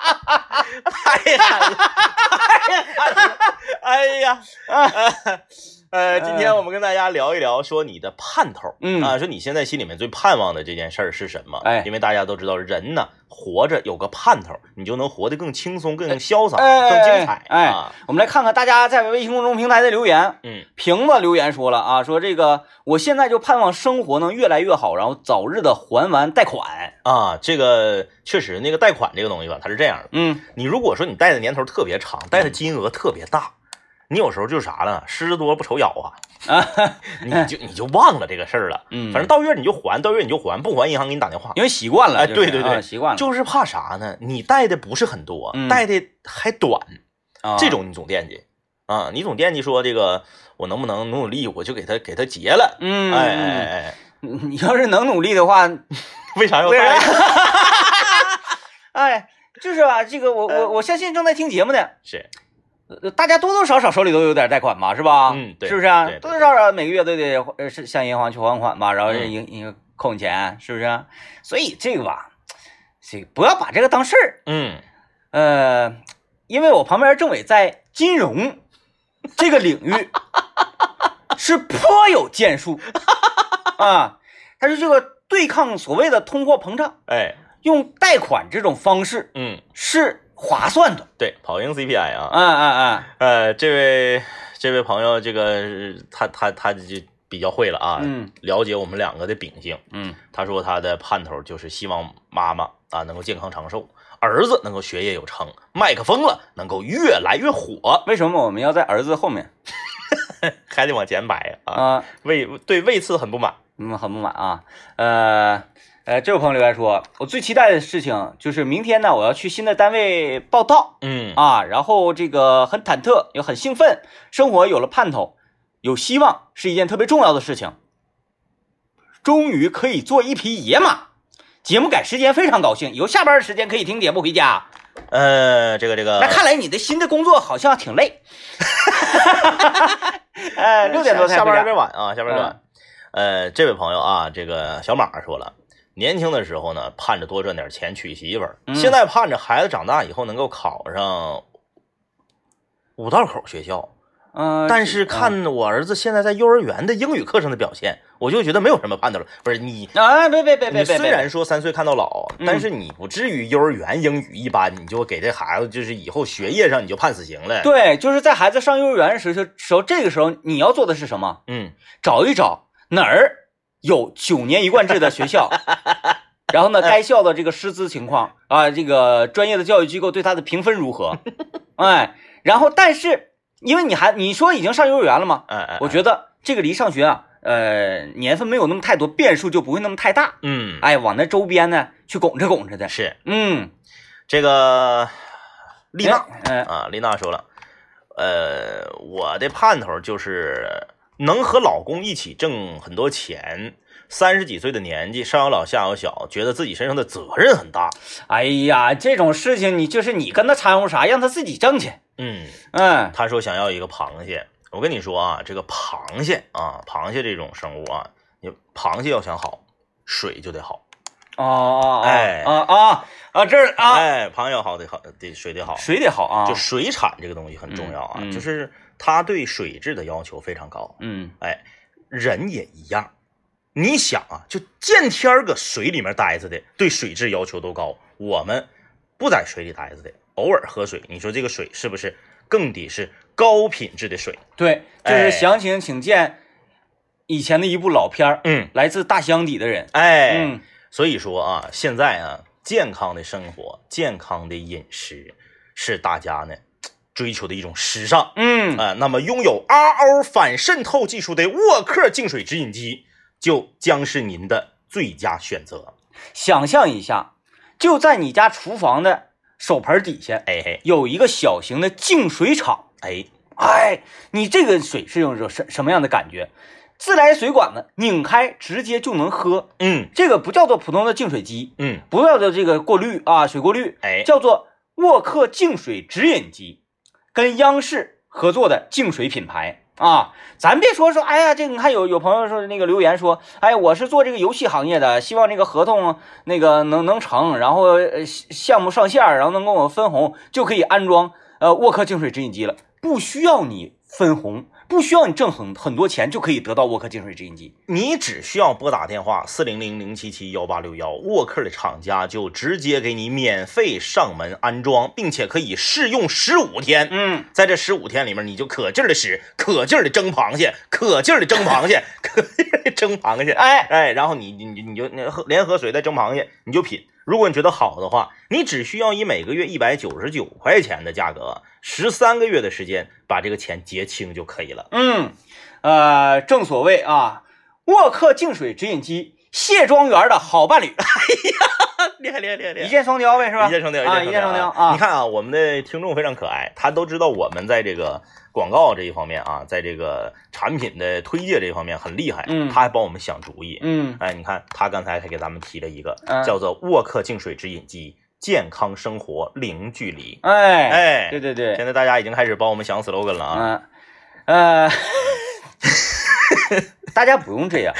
Speaker 2: 哎呀，哎呀，呃，今天我们跟大家聊一聊，说你的盼头，
Speaker 1: 嗯
Speaker 2: 啊，说你现在心里面最盼望的这件事儿是什么？
Speaker 1: 哎
Speaker 2: 因为大家都知道，人呢活着有个盼头，你就能活得更轻松、更潇洒、
Speaker 1: 哎
Speaker 2: 更精彩。
Speaker 1: 哎
Speaker 2: 啊，
Speaker 1: 我们来看看大家在微信公众平台的留言。
Speaker 2: 嗯，
Speaker 1: 瓶子留言说了啊，说这个我现在就盼望生活能越来越好，然后早日的还完贷款。
Speaker 2: 啊，这个确实，那个贷款这个东西吧，它是这样的，
Speaker 1: 嗯
Speaker 2: 你如果说你贷的年头特别长，贷的金额特别大。你有时候就是啥呢？狮子多不愁咬啊，你就你就忘了这个事儿了。
Speaker 1: 嗯，
Speaker 2: 反正到月你就还，到月你就还，不还银行给你打电话。
Speaker 1: 因为习惯了，
Speaker 2: 哎
Speaker 1: 就是
Speaker 2: 对对对
Speaker 1: 啊习惯了。
Speaker 2: 就是怕啥呢？你贷的不是很多
Speaker 1: 嗯，
Speaker 2: 贷的还短，
Speaker 1: 啊
Speaker 2: 这种你总惦记啊，你总惦记说这个我能不能努努力，我就给他给他结了。
Speaker 1: 嗯，
Speaker 2: 哎哎哎哎，
Speaker 1: 嗯，你要是能努力的话，
Speaker 2: 为啥要
Speaker 1: *laughs* 为啥
Speaker 2: 贷？
Speaker 1: 哎，就是吧，这个我
Speaker 2: 哎
Speaker 1: 我我相信正在听节目的
Speaker 2: *laughs* 是
Speaker 1: 呃大家多多少少手里都有点贷款吧，是吧？
Speaker 2: 嗯对
Speaker 1: 是不是啊？
Speaker 2: 对对
Speaker 1: 多多少少每个月都得呃是向银行去还款吧，然后
Speaker 2: 嗯
Speaker 1: 银银、扣你钱，是不是啊、所以这个吧，这不要把这个当事儿。
Speaker 2: 嗯
Speaker 1: 呃，因为我旁边政委在金融这个领 *laughs* 域是颇有建树啊，他是这个对抗所谓的通货膨胀，
Speaker 2: 哎
Speaker 1: 用贷款这种方式
Speaker 2: 嗯，
Speaker 1: 是划算的。
Speaker 2: 对，跑赢 CPI 啊。
Speaker 1: 啊啊啊！
Speaker 2: 呃，这位这位朋友，这个是他他他就比较会了啊，
Speaker 1: 嗯
Speaker 2: 了解我们两个的秉性。
Speaker 1: 嗯，
Speaker 2: 他说他的盼头就是希望妈妈啊能够健康长寿，儿子能够学业有成，麦克风了能够越来越火，
Speaker 1: 为什么我们要在儿子后面
Speaker 2: 还得往前摆啊。
Speaker 1: 啊？
Speaker 2: 为对为此很不满。
Speaker 1: 你们很不满啊？呃呃，这位朋友留言说，我最期待的事情就是明天呢，我要去新的单位报道
Speaker 2: 嗯
Speaker 1: 啊，然后这个很忐忑，也很兴奋，生活有了盼头，有希望是一件特别重要的事情。终于可以做一匹野马，节目改时间非常高兴，以后下班的时间可以听节目回家。
Speaker 2: 呃，这个这个，
Speaker 1: 那看来你的新的工作好像挺
Speaker 2: *laughs*
Speaker 1: 累。呃，六点多才
Speaker 2: 下
Speaker 1: 回
Speaker 2: 班
Speaker 1: 家嗯
Speaker 2: 有点晚啊，下班有点晚。呃，这位朋友啊，这个小马说了，年轻的时候呢，盼着多赚点钱娶媳妇儿，
Speaker 1: 嗯
Speaker 2: 现在盼着孩子长大以后能够考上五道口学校。
Speaker 1: 嗯、
Speaker 2: 但是看我儿子现在在幼儿园的英语课上的表现，我就觉得没有什么盼头了。不是你。
Speaker 1: 啊，别别别别
Speaker 2: 你
Speaker 1: 别，
Speaker 2: 虽然说三岁看到老，
Speaker 1: 嗯
Speaker 2: 但是你不至于幼儿园英语一般，你就给这孩子就是以后学业上你就判死刑了。，
Speaker 1: 对，就是在孩子上幼儿园的时候，时候这个时候你要做的是什么？
Speaker 2: 嗯，
Speaker 1: 找一找哪儿有九年一贯制的学
Speaker 2: *laughs*
Speaker 1: 校，然后呢，该校的这个师资情况啊，这个专业的教育机构对他的评分如
Speaker 2: *laughs*
Speaker 1: 何？哎，然后但是因为你还你说已经上幼儿园了吗？
Speaker 2: 哎哎，
Speaker 1: 我觉得这个离上学啊，呃，年份没有那么太多，变数就不会那么太大。
Speaker 2: 嗯，
Speaker 1: 哎，往那周边呢去拱着拱着的。
Speaker 2: 是
Speaker 1: 嗯，
Speaker 2: 这个丽娜
Speaker 1: 哎，嗯、
Speaker 2: 啊，丽娜说了，呃，我的盼头就是能和老公一起挣很多钱。三十几岁的年纪，上有老下有小，觉得自己身上的责任很大。
Speaker 1: 哎呀，这种事情你就是你跟他掺和啥，让他自己挣去。
Speaker 2: 嗯，
Speaker 1: 嗯
Speaker 2: 她说想要一个螃蟹。我跟你说啊，这个螃蟹啊，螃蟹这种生物啊，你螃蟹要想好，水就得好。
Speaker 1: 哦哦哦，
Speaker 2: 哎
Speaker 1: 啊啊啊，这儿啊，
Speaker 2: 哎，螃蟹要好得好，得水得好。
Speaker 1: 水得好啊，
Speaker 2: 就水产这个东西很重要啊，
Speaker 1: 嗯嗯
Speaker 2: 就是它对水质的要求非常高。
Speaker 1: 嗯
Speaker 2: 哎，人也一样。你想啊，就见天儿搁水里面待着的，对水质要求都高。我们不在水里待着的，偶尔喝水，你说这个水是不是更得是高品质的水？
Speaker 1: 对，就
Speaker 2: 哎
Speaker 1: 是详情请见以前的一部老片儿，
Speaker 2: 嗯，
Speaker 1: 来自大乡底的人，
Speaker 2: 哎，
Speaker 1: 嗯，
Speaker 2: 所以说啊，现在啊，健康的生活、健康的饮食是大家呢追求的一种时尚啊、
Speaker 1: 嗯，
Speaker 2: 呃那么，拥有 RO 反渗透技术的沃克净水直饮机就将是您的最佳选择。
Speaker 1: 想象一下，就在你家厨房的手盆底下
Speaker 2: 哎嘿，
Speaker 1: 有一个小型的净水厂，
Speaker 2: 哎，
Speaker 1: 哎，你这个水是用种什什么样的感觉？自来水管子拧开直接就能喝，
Speaker 2: 嗯
Speaker 1: 这个不叫做普通的净水机，
Speaker 2: 嗯，
Speaker 1: 不要的这个过滤啊，水过滤，
Speaker 2: 哎
Speaker 1: 叫做沃克净水直饮机，跟央视合作的净水品牌啊。咱别说说，哎呀，这个你看有有朋友说那个留言说，哎，我是做这个游戏行业的，希望这个合同那个能能成，然后呃项目上线，然后能给我分红，就可以安装呃沃克净水直饮机了，不需要你分红，不需要你挣很很多钱就可以得到沃克净水直饮机。
Speaker 2: 你只需要拨打电话四零零零七七幺八六幺，沃克的厂家就直接给你免费上门安装，并且可以试用十五天。
Speaker 1: 嗯，
Speaker 2: 在这十五天里面，你就可劲儿的使，可劲儿的蒸螃蟹，可劲儿的蒸螃蟹， *laughs* 可劲儿的蒸螃蟹。哎哎，然后你你你你就你喝连喝水带蒸螃蟹，你就品。如果你觉得好的话，你只需要以每个月一百九十九块钱的价格，十三个月的时间把这个钱结清就可以了。
Speaker 1: 嗯，呃，正所谓啊，沃克净水直饮机，卸妆园的好
Speaker 2: *laughs*
Speaker 1: 伴侣，
Speaker 2: *laughs* 厉害厉害厉害厉
Speaker 1: 一
Speaker 2: 害！
Speaker 1: 箭双雕呗，是吧？
Speaker 2: 一箭双雕，
Speaker 1: 啊，一箭双雕啊！
Speaker 2: 你，看啊，我们的听众非常可爱，他都知道我们在这个广告这一方面啊，在这个产品的推介这一方面很厉害，
Speaker 1: 嗯
Speaker 2: 他还帮我们想主意，
Speaker 1: 嗯，
Speaker 2: 哎，你看他刚才还给咱们提了一个
Speaker 1: 嗯
Speaker 2: 叫做沃克净水直饮机，健康生活零距离。
Speaker 1: 哎
Speaker 2: 哎
Speaker 1: 对对对，
Speaker 2: 现在大家已经开始帮我们想 slogan 了啊！
Speaker 1: 嗯，呃， *laughs* 大家不用这样，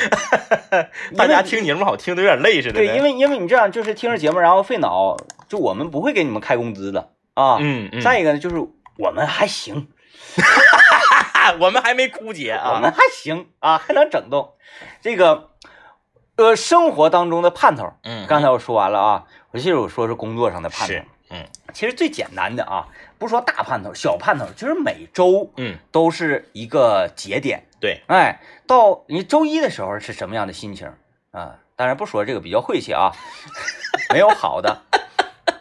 Speaker 2: 大家
Speaker 1: 因为
Speaker 2: 听节目好听的有点累似的呢。
Speaker 1: 对，因为因为你这样就是听着节目然后费脑，就我们不会给你们开工资的啊。
Speaker 2: 嗯嗯，
Speaker 1: 再一个呢，就是我们还行，
Speaker 2: 啊我们还没枯竭
Speaker 1: 我
Speaker 2: 啊。
Speaker 1: 们还行啊，还能整动，这个呃生活当中的盼头。
Speaker 2: 嗯，
Speaker 1: 刚才我说完了啊，我接着我说说工作上的盼头
Speaker 2: 是。嗯
Speaker 1: 其实最简单的啊，不是说大盼头，小盼头，就是每周
Speaker 2: 嗯，
Speaker 1: 都是一个节点。
Speaker 2: 对，
Speaker 1: 哎，到你周一的时候是什么样的心情啊？当然不说这个比较晦气啊， *laughs* 没有好的， *laughs*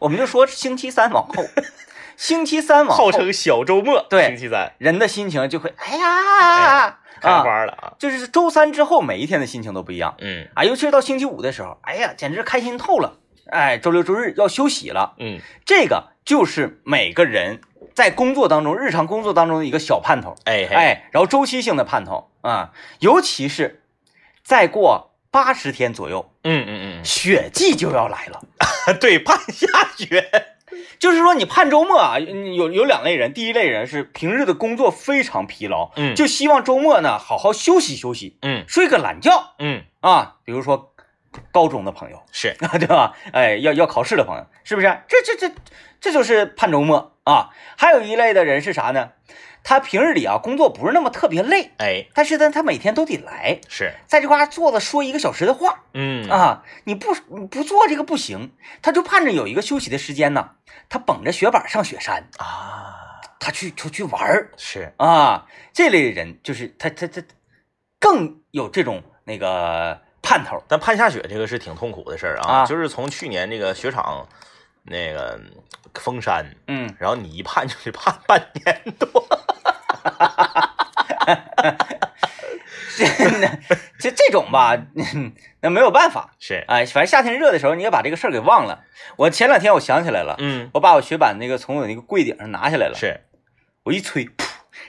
Speaker 1: 我们就说星期三往后，星期三往后
Speaker 2: 号，称小周末，
Speaker 1: 对
Speaker 2: 星期三
Speaker 1: 人的心情就会哎呀
Speaker 2: 开
Speaker 1: 啊，
Speaker 2: 花了啊。
Speaker 1: 就是周三之后每一天的心情都不一样。
Speaker 2: 嗯
Speaker 1: 啊，尤其是到星期五的时候，哎呀，简直开心透了。哎，周六周日要休息了，
Speaker 2: 嗯，
Speaker 1: 这个就是每个人在工作当中、日常工作当中的一个小盼头，
Speaker 2: 哎嘿，
Speaker 1: 哎，然后周期性的盼头啊、尤其是再过八十天左右，
Speaker 2: 嗯嗯嗯
Speaker 1: 雪季就要来了。
Speaker 2: 嗯， *laughs* 对，盼下雪。 *laughs*
Speaker 1: 就是说，你盼周末啊，有有两类人，第一类人是平日的工作非常疲劳，
Speaker 2: 嗯
Speaker 1: 就希望周末呢好好休息休息，
Speaker 2: 嗯
Speaker 1: 睡个懒觉
Speaker 2: 嗯，
Speaker 1: 啊，比如说高中的朋友。
Speaker 2: 是，
Speaker 1: *laughs* 对吧？哎，要要考试的朋友，是不是？这这这，这就是盼周末啊。还有一类的人是啥呢？他平日里啊工作不是那么特别累，
Speaker 2: 哎
Speaker 1: 但是呢他每天都得来，
Speaker 2: 是，
Speaker 1: 在这块儿坐着说一个小时的话
Speaker 2: 嗯
Speaker 1: 啊，你不不做这个不行，他就盼着有一个休息的时间呢，他捧着雪板上雪山，
Speaker 2: 啊
Speaker 1: 他去出去玩儿
Speaker 2: 是，
Speaker 1: 啊。这类人就是他他他更有这种那个盼头，
Speaker 2: 但盼下雪这个是挺痛苦的事儿啊，
Speaker 1: 啊
Speaker 2: 就是从去年这个雪场那个封山，
Speaker 1: 嗯，
Speaker 2: 然后你一盼就是盼半
Speaker 1: *laughs*
Speaker 2: 年多，
Speaker 1: *laughs* 这这种吧，那没有办法。
Speaker 2: 是，
Speaker 1: 哎，反正夏天热的时候，你也把这个事儿给忘了。我前两天我想起来了，
Speaker 2: 嗯，
Speaker 1: 我把我雪板那个从我那个柜顶上拿下来了，
Speaker 2: 是，
Speaker 1: 我一吹，噗，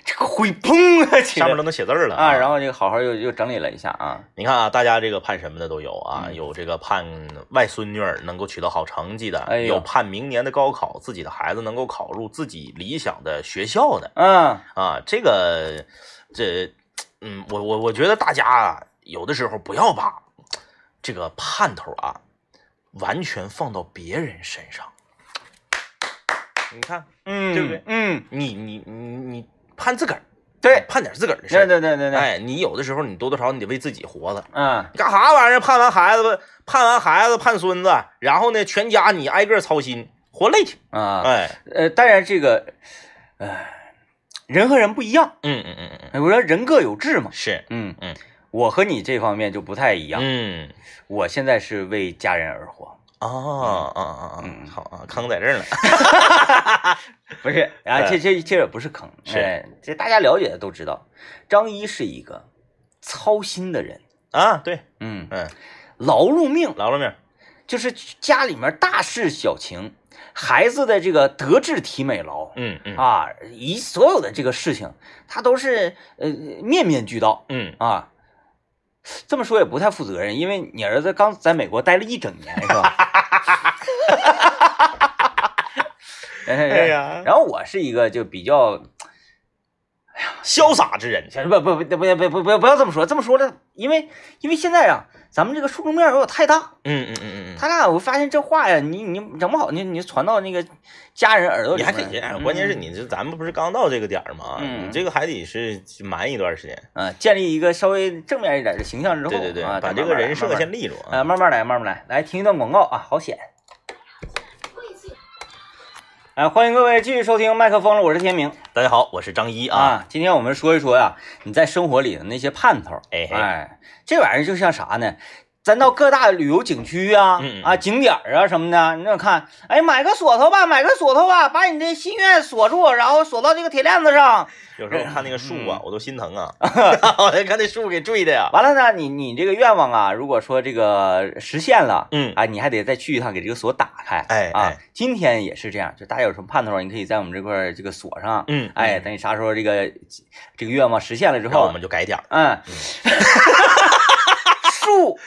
Speaker 1: 这个灰砰啊起
Speaker 2: 上
Speaker 1: 来
Speaker 2: 面
Speaker 1: 了
Speaker 2: 都能写字儿了
Speaker 1: 啊，然后这个好好又又整理了一下啊，
Speaker 2: 你看啊，大家这个盼什么的都有啊，
Speaker 1: 嗯
Speaker 2: 有这个盼外孙女儿能够取得好成绩的，
Speaker 1: 哎呦
Speaker 2: 有盼明年的高考自己的孩子能够考入自己理想的学校的
Speaker 1: 嗯
Speaker 2: 啊，这个这，嗯，我我我觉得大家啊，有的时候不要把这个盼头啊，完全放到别人身上。你看，
Speaker 1: 嗯，
Speaker 2: 对不对？
Speaker 1: 嗯，
Speaker 2: 你你你你盼自个儿，
Speaker 1: 对，
Speaker 2: 盼点自个儿的事
Speaker 1: 对
Speaker 2: 儿。
Speaker 1: 对对对对，
Speaker 2: 哎，你有的时候你多多少少你得为自己活着。
Speaker 1: 嗯，
Speaker 2: 干啥玩意儿？盼完孩子吧，盼完孩子盼孙子，然后呢，全家你挨个操心，活累挺。
Speaker 1: 啊，
Speaker 2: 哎，
Speaker 1: 呃，当然这个，呃，人和人不一样，
Speaker 2: 嗯嗯嗯嗯嗯，
Speaker 1: 哎我说人各有志嘛。
Speaker 2: 是，
Speaker 1: 嗯
Speaker 2: 嗯，
Speaker 1: 我和你这方面就不太一样，
Speaker 2: 嗯
Speaker 1: 我现在是为家人而活，
Speaker 2: 啊啊啊啊，
Speaker 1: 嗯
Speaker 2: 好啊，坑在这儿了，
Speaker 1: 不是啊，这这这也不是坑，
Speaker 2: 哎是
Speaker 1: 哎这大家了解的都知道，张一是一个操心的人，
Speaker 2: 啊，对，
Speaker 1: 嗯，
Speaker 2: 嗯，
Speaker 1: 劳碌命，
Speaker 2: 劳了命，
Speaker 1: 就是家里面大事小情，孩子的这个德智体美劳
Speaker 2: 嗯嗯
Speaker 1: 啊，一所有的这个事情，他都是呃面面俱到
Speaker 2: 嗯，
Speaker 1: 啊。这么说也不太负责任，因为你儿子刚在美国待了一整年，是
Speaker 2: *laughs*
Speaker 1: 吧？ *laughs*
Speaker 2: 哎
Speaker 1: 哎，
Speaker 2: 呀，
Speaker 1: 然后我是一个就比较
Speaker 2: 潇洒之人，
Speaker 1: 不不不不不不不不要这么说，这么说了，因为因为现在啊，咱们这个受众面有点太大，
Speaker 2: 嗯嗯嗯嗯
Speaker 1: 他俩，我发现这话呀，你你整不好，你你传到那个家人耳朵
Speaker 2: 嗯，
Speaker 1: 里
Speaker 2: 你还
Speaker 1: 面，
Speaker 2: 得这样，关键是你这咱们不是刚到这个点儿吗？
Speaker 1: 嗯
Speaker 2: 你这个还得是瞒一段时间，
Speaker 1: 嗯、啊建立一个稍微正面一点的形象之后，
Speaker 2: 对对对
Speaker 1: 啊，，
Speaker 2: 把
Speaker 1: 咱
Speaker 2: 这个
Speaker 1: 慢慢来
Speaker 2: 人设
Speaker 1: 慢慢
Speaker 2: 先立住
Speaker 1: 来啊，慢慢来，慢慢来，来听一段广告啊，好险。哎，欢迎各位继续收听麦克风了，我是天明
Speaker 2: 大家好，我是张一啊，
Speaker 1: 啊。今天我们说一说呀，你在生活里的那些盼头。
Speaker 2: 哎嘿
Speaker 1: 哎，这玩意儿就像啥呢？咱到各大旅游景区啊、
Speaker 2: 嗯嗯
Speaker 1: 啊景点儿啊什么的，你那看，哎，买个锁头吧，买个锁头吧，把你这心愿锁住，然后锁到这个铁链子上。
Speaker 2: 有时候看那个树
Speaker 1: 嗯
Speaker 2: 啊，我都心疼
Speaker 1: *laughs*
Speaker 2: 啊， *laughs* 我就看那树给坠的呀，
Speaker 1: 完了呢，你你这个愿望啊，如果说这个实现了，
Speaker 2: 嗯
Speaker 1: 啊，你还得再去一趟，给这个锁打开。
Speaker 2: 哎
Speaker 1: 啊
Speaker 2: 哎，
Speaker 1: 今天也是这样，就大家有什么盼头，你可以在我们这块儿这个锁上。
Speaker 2: 嗯
Speaker 1: 哎，等你啥时候这个这个愿望实现了之
Speaker 2: 然后
Speaker 1: 后
Speaker 2: 我，们就改点儿，
Speaker 1: 嗯，树，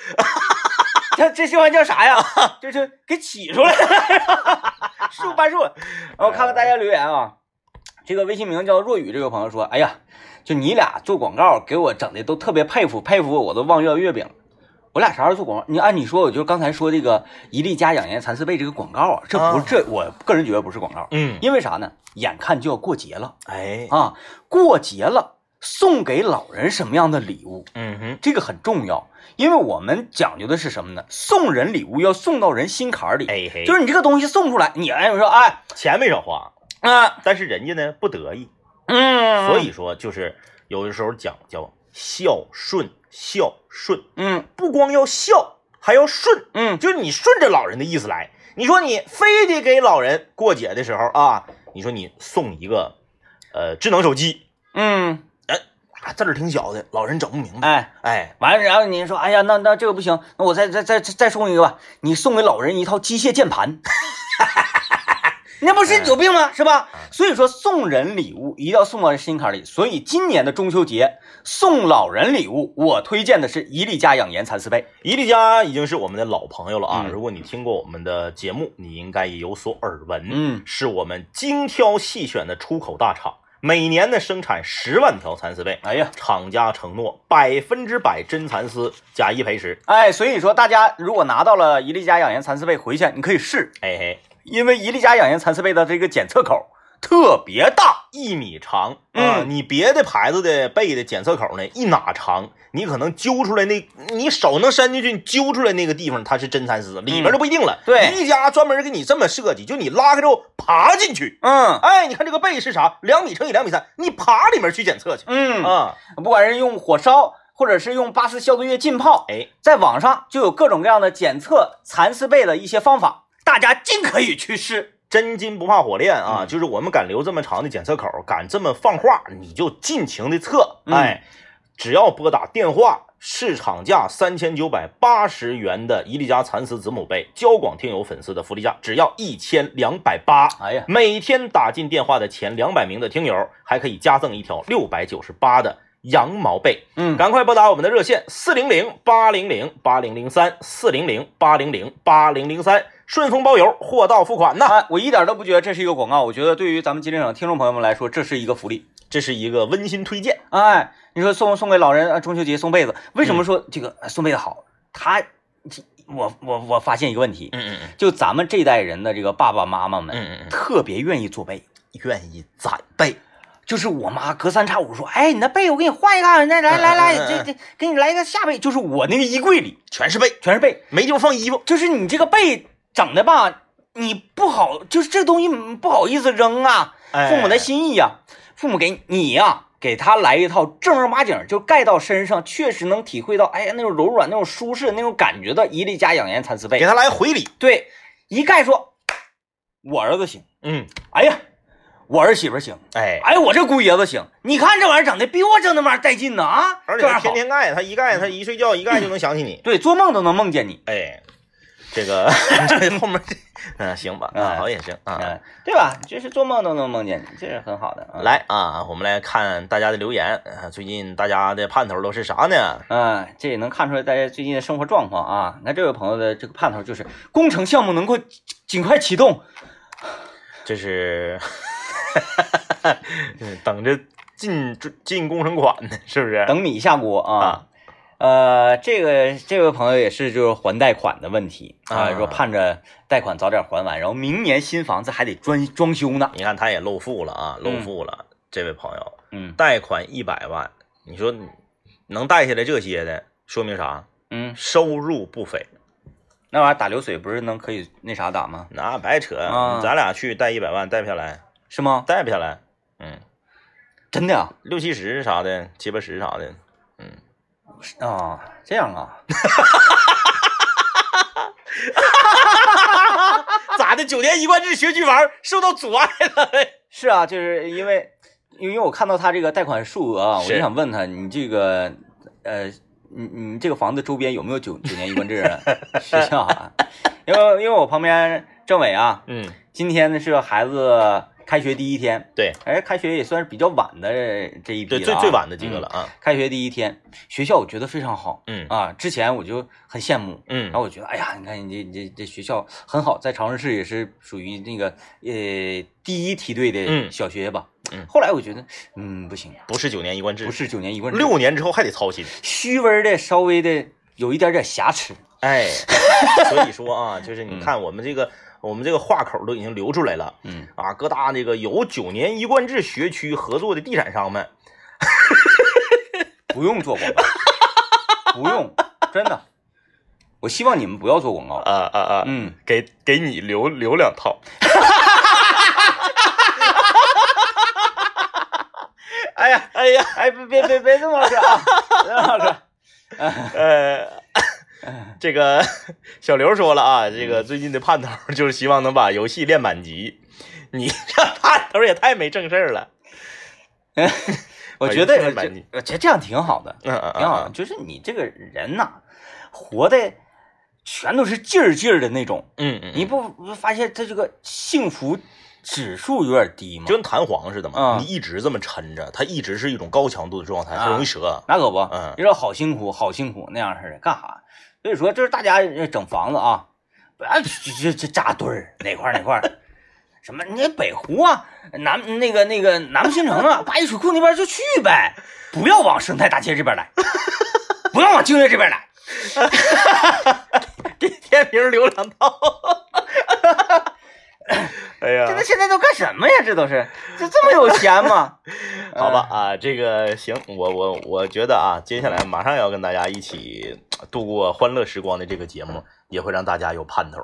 Speaker 1: 这这这玩意叫啥呀？ *laughs* 就是给起出来了，树搬树。然后看看大家留言啊，这个微信名叫若雨这位朋友说：“哎呀，就你俩做广告给我整的都特别佩服，佩服我都忘要月饼了。”我俩啥时候做广告？你按你说，我就刚才说这个一粒加养颜蚕丝被这个广告啊，这不是、
Speaker 2: 啊
Speaker 1: 这我个人觉得不是广告，
Speaker 2: 嗯，
Speaker 1: 因为啥呢？眼看就要过节了。
Speaker 2: 哎，
Speaker 1: 啊，过节了送给老人什么样的礼物，
Speaker 2: 嗯哼，
Speaker 1: 这个很重要，因为我们讲究的是什么呢？送人礼物要送到人心坎儿里，
Speaker 2: 哎嘿，
Speaker 1: 就是是你这个东西送出来，你哎，我说哎，
Speaker 2: 钱没少花，
Speaker 1: 啊，
Speaker 2: 但是人家呢不得意，
Speaker 1: 嗯，
Speaker 2: 所以说就是有的时候讲叫孝顺，孝顺
Speaker 1: 嗯
Speaker 2: 不光要孝，还要顺，
Speaker 1: 嗯，
Speaker 2: 就是你顺着老人的意思来。你说你非得给老人过节的时候啊，你说你送一个呃智能手机，
Speaker 1: 嗯，
Speaker 2: 啊字儿挺小的，老人整不明白。
Speaker 1: 哎，
Speaker 2: 哎，
Speaker 1: 完了，然后你说，哎呀，那那这个不行，那我再再再再送一个吧，你送给老人一套机械键盘。 *laughs* 那不是有病吗？是吧？所以说送人礼物一定要送到人心坎里。所以今年的中秋节送老人礼物，我推荐的是一粒佳养颜蚕丝被。
Speaker 2: 伊丽家已经是我们的老朋友了啊！
Speaker 1: 嗯
Speaker 2: 如果你听过我们的节目，你应该也有所耳闻。
Speaker 1: 嗯
Speaker 2: 是我们精挑细选的出口大厂，每年呢生产十万条蚕丝被。
Speaker 1: 哎呀，
Speaker 2: 厂家承诺百分之百真蚕丝，假一赔十。
Speaker 1: 哎，所以说大家如果拿到了一粒佳养颜蚕丝被回去，你可以试，
Speaker 2: 哎嘿，
Speaker 1: 因为一粒佳养颜蚕丝被的这个检测口特别大。
Speaker 2: 一米长啊、
Speaker 1: 嗯
Speaker 2: 你别的牌子的被的检测口呢，一哪长，你可能揪出来那，你手能伸进去，你揪出来那个地方它是真蚕丝，里边都不一定了。
Speaker 1: 嗯对
Speaker 2: 一家专门给你这么设计，就你拉开之后爬进去。
Speaker 1: 嗯
Speaker 2: 哎，你看这个被是啥？两米乘以两米三，你爬里面去检测去。
Speaker 1: 嗯
Speaker 2: 啊，
Speaker 1: 不管是用火烧，或者是用巴斯消毒液浸泡，
Speaker 2: 哎，
Speaker 1: 在网上就有各种各样的检测蚕丝被的一些方法，大家尽可以去试。
Speaker 2: 真金不怕火炼
Speaker 1: 嗯
Speaker 2: 啊，就是我们敢留这么长的检测口，敢这么放话，你就尽情的测，
Speaker 1: 嗯
Speaker 2: 哎，只要拨打电话，市场价三千九百八十元的伊利家蚕丝子母被，交广听友粉丝的福利价只要一千两百八。
Speaker 1: 哎呀，
Speaker 2: 每天打进电话的前两百名的听友，还可以加赠一条六百九十八的羊毛被。
Speaker 1: 嗯
Speaker 2: 赶快拨打我们的热线四零零八零零八零零三四零零八零零八零零三，顺丰包邮，货到付款呐。
Speaker 1: 啊，我一点都不觉得这是一个广告，我觉得对于咱们吉林省听众朋友们来说，这是一个福利。
Speaker 2: 这是一个温馨推荐。
Speaker 1: 哎，你说送送给老人，啊中秋节送被子，为什么说这个、呃送被子好？他，我我我发现一个问题，
Speaker 2: 嗯嗯
Speaker 1: 就咱们这代人的这个爸爸妈妈们，
Speaker 2: 嗯嗯嗯，
Speaker 1: 特别愿意做被。
Speaker 2: 愿意攒备，
Speaker 1: 就是我妈隔三差五说，哎，你那被我给你换一个，啊那来来来，
Speaker 2: 嗯嗯
Speaker 1: 这
Speaker 2: 嗯
Speaker 1: 这给你来一个下被，就是我那个衣柜里
Speaker 2: 全是备，
Speaker 1: 全是被，
Speaker 2: 没地方放衣服。
Speaker 1: 就是你这个被整的吧，你不好，就是这东西不好意思扔啊，
Speaker 2: 哎
Speaker 1: 父母的心意呀、父母给你呀、给他来一套正儿八经儿，就盖到身上，确实能体会到，哎呀，那种柔软、那种舒适、那种感觉的“一粒家养颜蚕丝
Speaker 2: 给
Speaker 1: 被
Speaker 2: 他来回礼，”。
Speaker 1: 对，一盖说，我儿子行，
Speaker 2: 嗯，
Speaker 1: 哎呀，我儿媳妇儿行，
Speaker 2: 哎，
Speaker 1: 哎，我这姑爷子行，你看这玩意儿整的比我整那玩意儿带劲呢啊！
Speaker 2: 而
Speaker 1: 这玩
Speaker 2: 且
Speaker 1: 意
Speaker 2: 他
Speaker 1: 儿好
Speaker 2: 天，天盖，他一盖他一睡觉一盖就能想起你，
Speaker 1: 对，做梦都能梦见你，
Speaker 2: 哎，这 *laughs* 个这后面这嗯行吧，
Speaker 1: 哎
Speaker 2: 啊好也行啊。
Speaker 1: 嗯，对吧？就是做梦都能梦见你，这是很好的。嗯，
Speaker 2: 来啊，我们来看大家的留言，啊最近大家的盼头都是啥呢？
Speaker 1: 啊，这也能看出来大家最近的生活状况啊。那这位朋友的这个盼头就是工程项目能够尽尽快启动，
Speaker 2: 这是 *laughs* 嗯等着进进工程款呢，是不是？
Speaker 1: 等米下锅啊。呃，这个这位朋友也是就是还贷款的问题啊，
Speaker 2: 啊
Speaker 1: 说盼着贷款早点还完，然后明年新房子还得装装修呢。
Speaker 2: 你看他也露富了啊，露富了，这位朋友
Speaker 1: 嗯
Speaker 2: 贷款一百万，你说你能贷下来这些的，说明啥？
Speaker 1: 嗯，
Speaker 2: 收入不菲。
Speaker 1: 那玩意儿打流水不是能可以那啥打吗？
Speaker 2: 那白扯，
Speaker 1: 啊
Speaker 2: 咱俩去贷一百万，贷不下来，
Speaker 1: 是吗？
Speaker 2: 贷不下来。嗯，
Speaker 1: 真的啊
Speaker 2: 六七十啥的，七八十啥的，嗯，
Speaker 1: 啊，这样啊，
Speaker 2: 咋的？九年一贯制学区房受到阻碍了呗？
Speaker 1: 是啊，就是因为因为我看到他这个贷款数额啊，我
Speaker 2: 是
Speaker 1: 就想问他，你这个呃，你你这个房子周边有没有九九年一贯制
Speaker 2: *laughs*
Speaker 1: 啊学校啊？因为因为我旁边政委啊，
Speaker 2: 嗯，
Speaker 1: 今天呢是孩子开学第一天，
Speaker 2: 对，
Speaker 1: 哎，开学也算是比较晚的这一批
Speaker 2: 对，
Speaker 1: 了啊
Speaker 2: 最最晚的几个了。
Speaker 1: 嗯
Speaker 2: 啊，
Speaker 1: 开学第一天，学校我觉得非常好
Speaker 2: 嗯
Speaker 1: 啊，之前我就很羡慕，
Speaker 2: 嗯
Speaker 1: 然后我觉得，哎呀，你看你这这这学校很好，在长春市也是属于那个呃第一梯队的
Speaker 2: 嗯
Speaker 1: 小学吧。
Speaker 2: 嗯
Speaker 1: 后来我觉得，嗯，不行，
Speaker 2: 不是九年一贯制，
Speaker 1: 不是九年一贯制，
Speaker 2: 六年之后还得操心。
Speaker 1: 虚微的稍微的有一点点瑕疵。
Speaker 2: 哎，所以说啊，就是你看我们这个、我们这个话口都已经流出来了
Speaker 1: 嗯，
Speaker 2: 啊，各大这个有九年一贯制学区合作的地产商们，
Speaker 1: *laughs* 不用做广告，不用，真的。我希望你们不要做广告。
Speaker 2: 啊啊啊，
Speaker 1: 嗯，
Speaker 2: 给给你留留两套。
Speaker 1: *laughs*
Speaker 2: *laughs*
Speaker 1: 哎呀，
Speaker 2: 哎呀，
Speaker 1: 哎，别别别别这么老师啊， *laughs* 别这么老师。哎
Speaker 2: 呃， *coughs* 这个 *laughs* 小刘说了啊，这
Speaker 1: 嗯
Speaker 2: 个最近的盼头就是希望能把游戏练满级。你这盼头也太没正事儿了。
Speaker 1: 我觉
Speaker 2: 哎
Speaker 1: 得
Speaker 2: 你太满意，
Speaker 1: 我觉得这样挺好的。
Speaker 2: 嗯嗯
Speaker 1: 挺好的，就是你这个人呐、活的全都是劲儿劲儿的那种，
Speaker 2: 嗯嗯，
Speaker 1: 你不不发现他这个幸福指数有点低吗？
Speaker 2: 就跟弹簧似的嘛，
Speaker 1: 嗯
Speaker 2: 你一直这么抻着，它一直是一种高强度的状态，它
Speaker 1: 啊
Speaker 2: 容易折。
Speaker 1: 那可不，
Speaker 2: 嗯
Speaker 1: 你说好辛苦，好辛苦那样似的，干啥？所以说，就是大家呃整房子啊，不要这这这扎堆儿，哪块儿哪块
Speaker 2: *laughs*
Speaker 1: 儿，什么你北湖啊，南那个那个南部新城
Speaker 2: *laughs*
Speaker 1: 啊，八一水库那边就去呗，不要往生态大街这
Speaker 2: *laughs*
Speaker 1: 边来，不要往净月这边来。
Speaker 2: *laughs* 给天平留两套。哎呀
Speaker 1: 这都现在都干什么呀？这都是这这么有钱吗？
Speaker 2: 好吧啊，这个行，我我我觉得啊，接下来马上要跟大家一起呃度过欢乐时光的这个节目，也会让大家有盼头